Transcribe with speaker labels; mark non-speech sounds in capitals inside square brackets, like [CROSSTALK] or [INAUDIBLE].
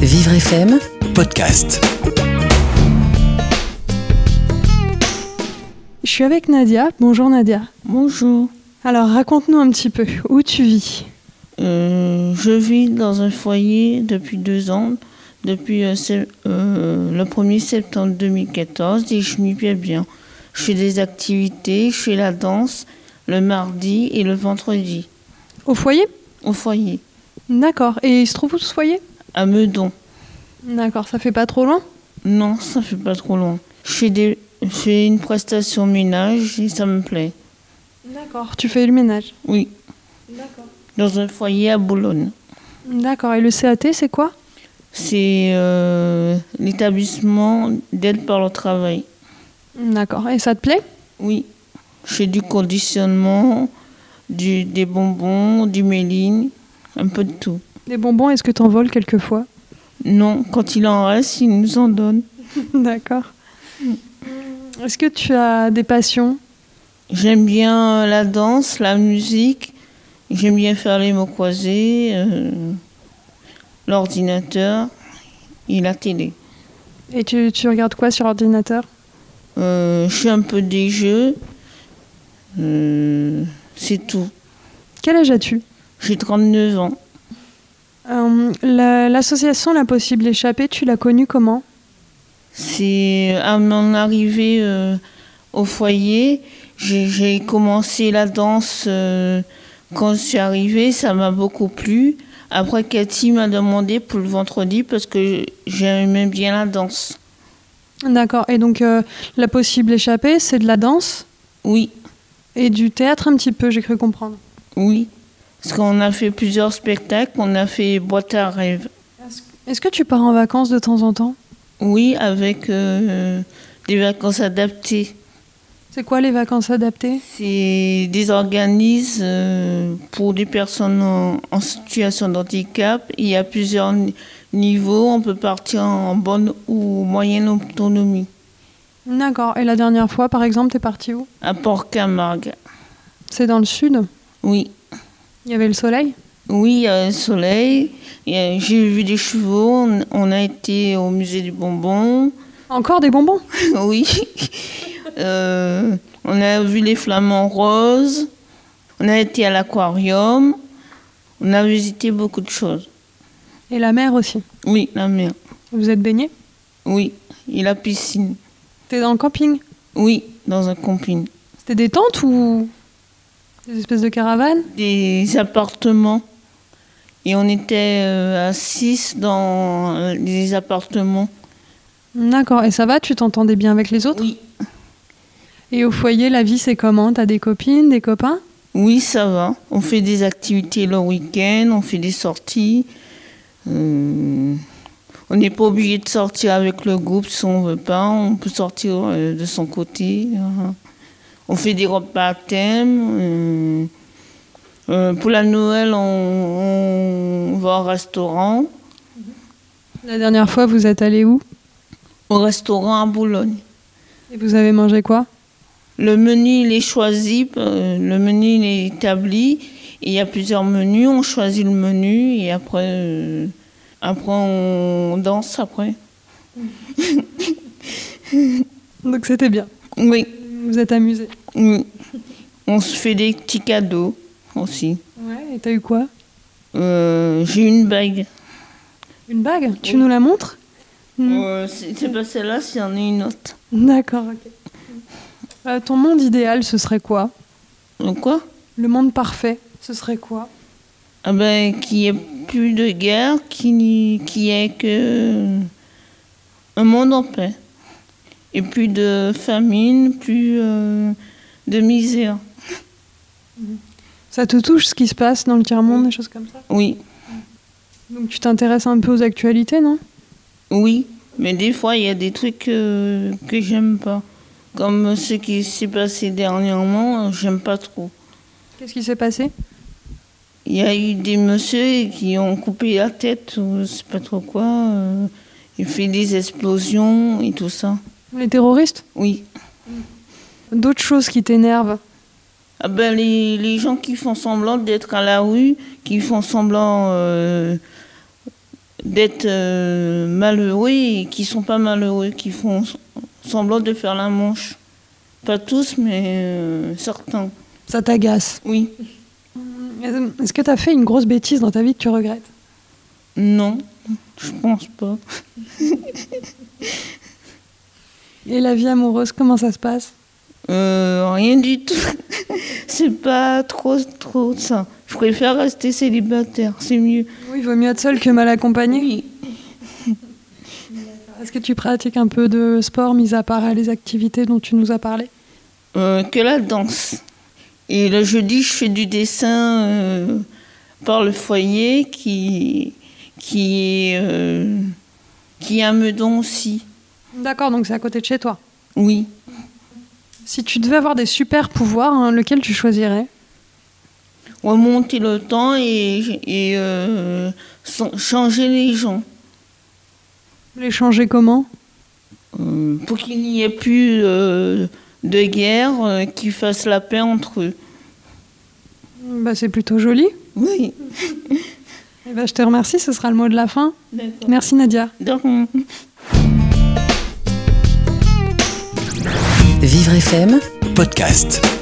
Speaker 1: Vivre FM
Speaker 2: Podcast.
Speaker 3: Je suis avec Nadia. Bonjour Nadia.
Speaker 4: Bonjour.
Speaker 3: Alors raconte-nous un petit peu où tu vis.
Speaker 4: Euh, je vis dans un foyer depuis deux ans, depuis euh, c'est- euh, le 1er septembre 2014 et je m'y plais bien. Je fais des activités, je fais la danse le mardi et le vendredi
Speaker 3: Au foyer
Speaker 4: au foyer
Speaker 3: D'accord. Et il se trouve où ce foyer
Speaker 4: à Meudon.
Speaker 3: D'accord, ça fait pas trop loin
Speaker 4: Non, ça fait pas trop loin. Je fais, des, je fais une prestation ménage et ça me plaît.
Speaker 3: D'accord. Tu fais le ménage
Speaker 4: Oui,
Speaker 3: D'accord.
Speaker 4: dans un foyer à Boulogne.
Speaker 3: D'accord. Et le CAT, c'est quoi
Speaker 4: C'est euh, l'établissement d'aide par le travail.
Speaker 3: D'accord. Et ça te plaît
Speaker 4: Oui, j'ai du conditionnement, du, des bonbons, du méline, un peu de tout.
Speaker 3: Des bonbons, est-ce que t'en voles quelquefois [LAUGHS]
Speaker 4: Non, quand il en reste, il nous en donne.
Speaker 3: D'accord. Est-ce que tu as des passions
Speaker 4: J'aime bien euh, la danse, la musique, j'aime bien faire les mots croisés, euh, l'ordinateur et la télé.
Speaker 3: Et tu, tu regardes quoi sur ordinateur
Speaker 4: Euh, je fais un peu des jeux, euh, c'est tout.
Speaker 3: Quel âge as-tu
Speaker 4: J'ai 39 ans.
Speaker 3: Euh, la- L'association La Possible Échappée, tu l'as connue comment
Speaker 4: C'est à mon arrivée euh, au foyer, j'ai- j'ai commencé la danse euh, quand je suis arrivée, ça m'a beaucoup plu. Après, Cathy m'a demandé pour le vendredi parce que j'aimais bien la danse.
Speaker 3: D'accord. Et donc, euh, La Possible Échappée, c'est de la danse
Speaker 4: Oui,
Speaker 3: Et du théâtre un petit peu, j'ai cru comprendre.
Speaker 4: oui. Parce qu'on a fait plusieurs spectacles, on a fait Boîte à rêves.
Speaker 3: Est-ce que tu pars en vacances de temps en temps
Speaker 4: Oui, avec euh, des vacances adaptées.
Speaker 3: C'est quoi les vacances adaptées
Speaker 4: C'est des organismes euh, pour des personnes en, en situation de handicap. Il y a plusieurs ni- niveaux. On peut partir en bonne ou moyenne autonomie.
Speaker 3: D'accord. Et la dernière fois, par exemple, t'es parti où
Speaker 4: À Port-Camargue,
Speaker 3: C'est dans le sud.
Speaker 4: oui.
Speaker 3: Il y avait le soleil.
Speaker 4: Oui, il y a le soleil. Il y a- J'ai vu des chevaux. On, on a été au musée du bonbon.
Speaker 3: Encore des bonbons
Speaker 4: [LAUGHS] oui. Euh, on a vu les flamants roses. On a été à l'aquarium. On a visité beaucoup de choses.
Speaker 3: Et la mer aussi.
Speaker 4: Oui, la mer.
Speaker 3: Vous êtes baigné
Speaker 4: Oui, et la piscine.
Speaker 3: T'es dans le camping
Speaker 4: Oui, dans un camping.
Speaker 3: C'était des tentes ou des espèces de caravanes
Speaker 4: Des appartements. Et on était euh, à 6 dans euh, les appartements.
Speaker 3: D'accord. Et ça va Tu t'entendais bien avec les autres
Speaker 4: Oui.
Speaker 3: Et au foyer, la vie, c'est comment T'as des copines, des copains
Speaker 4: Oui, ça va. On fait des activités le week-end, on fait des sorties. Euh, on n'est pas obligé de sortir avec le groupe si on veut pas. On peut sortir euh, de son côté. Euh, On fait des repas à thème. Euh, euh, pour la Noël, on, on va au restaurant.
Speaker 3: La dernière fois, vous êtes allés où
Speaker 4: Au restaurant à Boulogne.
Speaker 3: Et vous avez mangé quoi
Speaker 4: Le menu, il est choisi, euh, le menu, il est établi. Et Il y a plusieurs menus, on choisit le menu et après, euh, après on danse après.
Speaker 3: Donc c'était bien.
Speaker 4: Oui,
Speaker 3: Vous êtes amusés.
Speaker 4: oui. On se fait des petits cadeaux aussi.
Speaker 3: Ouais. Et t'as eu quoi
Speaker 4: Euh, J'ai une bague.
Speaker 3: Une bague Tu
Speaker 4: Oui.
Speaker 3: nous la montres Hmm.
Speaker 4: Euh, c'est c'est pas celle-là, s'il y en a une autre.
Speaker 3: D'accord, ok. Euh, ton monde idéal, ce serait quoi
Speaker 4: Euh, quoi
Speaker 3: Le monde parfait, ce serait quoi
Speaker 4: Ah ben, qu'il n'y ait plus de guerre, qu'il n'y qu'il y ait que un monde en paix. Et plus de famine, plus euh, de misère.
Speaker 3: Ça te touche ce qui se passe dans le tiers-monde, des choses comme ça
Speaker 4: Oui,
Speaker 3: Donc tu t'intéresses un peu aux actualités, non
Speaker 4: oui. Mais des fois, il y a des trucs euh, que j'aime pas. Comme ce qui s'est passé dernièrement, euh, j'aime pas trop.
Speaker 3: Qu'est-ce qui s'est passé
Speaker 4: Il y a eu des messieurs qui ont coupé la tête, ou je sais pas trop quoi. euh, il fait des explosions et tout ça.
Speaker 3: Les terroristes
Speaker 4: Oui.
Speaker 3: D'autres choses qui t'énervent
Speaker 4: Ah ben, les, les gens qui font semblant d'être à la rue, qui font semblant euh, d'être euh, malheureux et qui sont pas malheureux, qui font semblant de faire la manche. Pas tous, mais euh, certains.
Speaker 3: Ça t'agace.
Speaker 4: Oui.
Speaker 3: Euh, Est-ce que t'as fait une grosse bêtise dans ta vie que tu regrettes
Speaker 4: Non, je pense pas.
Speaker 3: Et la vie amoureuse, comment ça se passe
Speaker 4: Euh, rien du tout. [LAUGHS] c'est pas trop, trop ça. Je préfère rester célibataire, c'est mieux.
Speaker 3: Oui, il vaut mieux être seul que mal accompagné.
Speaker 4: Oui.
Speaker 3: Est-ce que tu pratiques un peu de sport, mis à part les activités dont tu nous as parlé
Speaker 4: Euh, que la danse. Et le jeudi, je fais du dessin euh, par le foyer qui, qui, est, euh, qui est à Meudon aussi.
Speaker 3: D'accord, donc c'est à côté de chez toi.
Speaker 4: Oui.
Speaker 3: Si tu devais avoir des super pouvoirs, hein, lequel tu choisirais
Speaker 4: Remonter le temps et, et euh, sans- changer les gens
Speaker 3: Les changer comment
Speaker 4: Euh, pour qu'il n'y ait plus euh, de guerre, euh, qu'ils fassent la paix entre eux.
Speaker 3: bah, C'est plutôt joli.
Speaker 4: Oui.
Speaker 3: Eh ben, je te remercie, ce sera le mot de la fin.
Speaker 4: D'accord.
Speaker 3: Merci Nadia.
Speaker 1: Vivre FM
Speaker 2: podcast.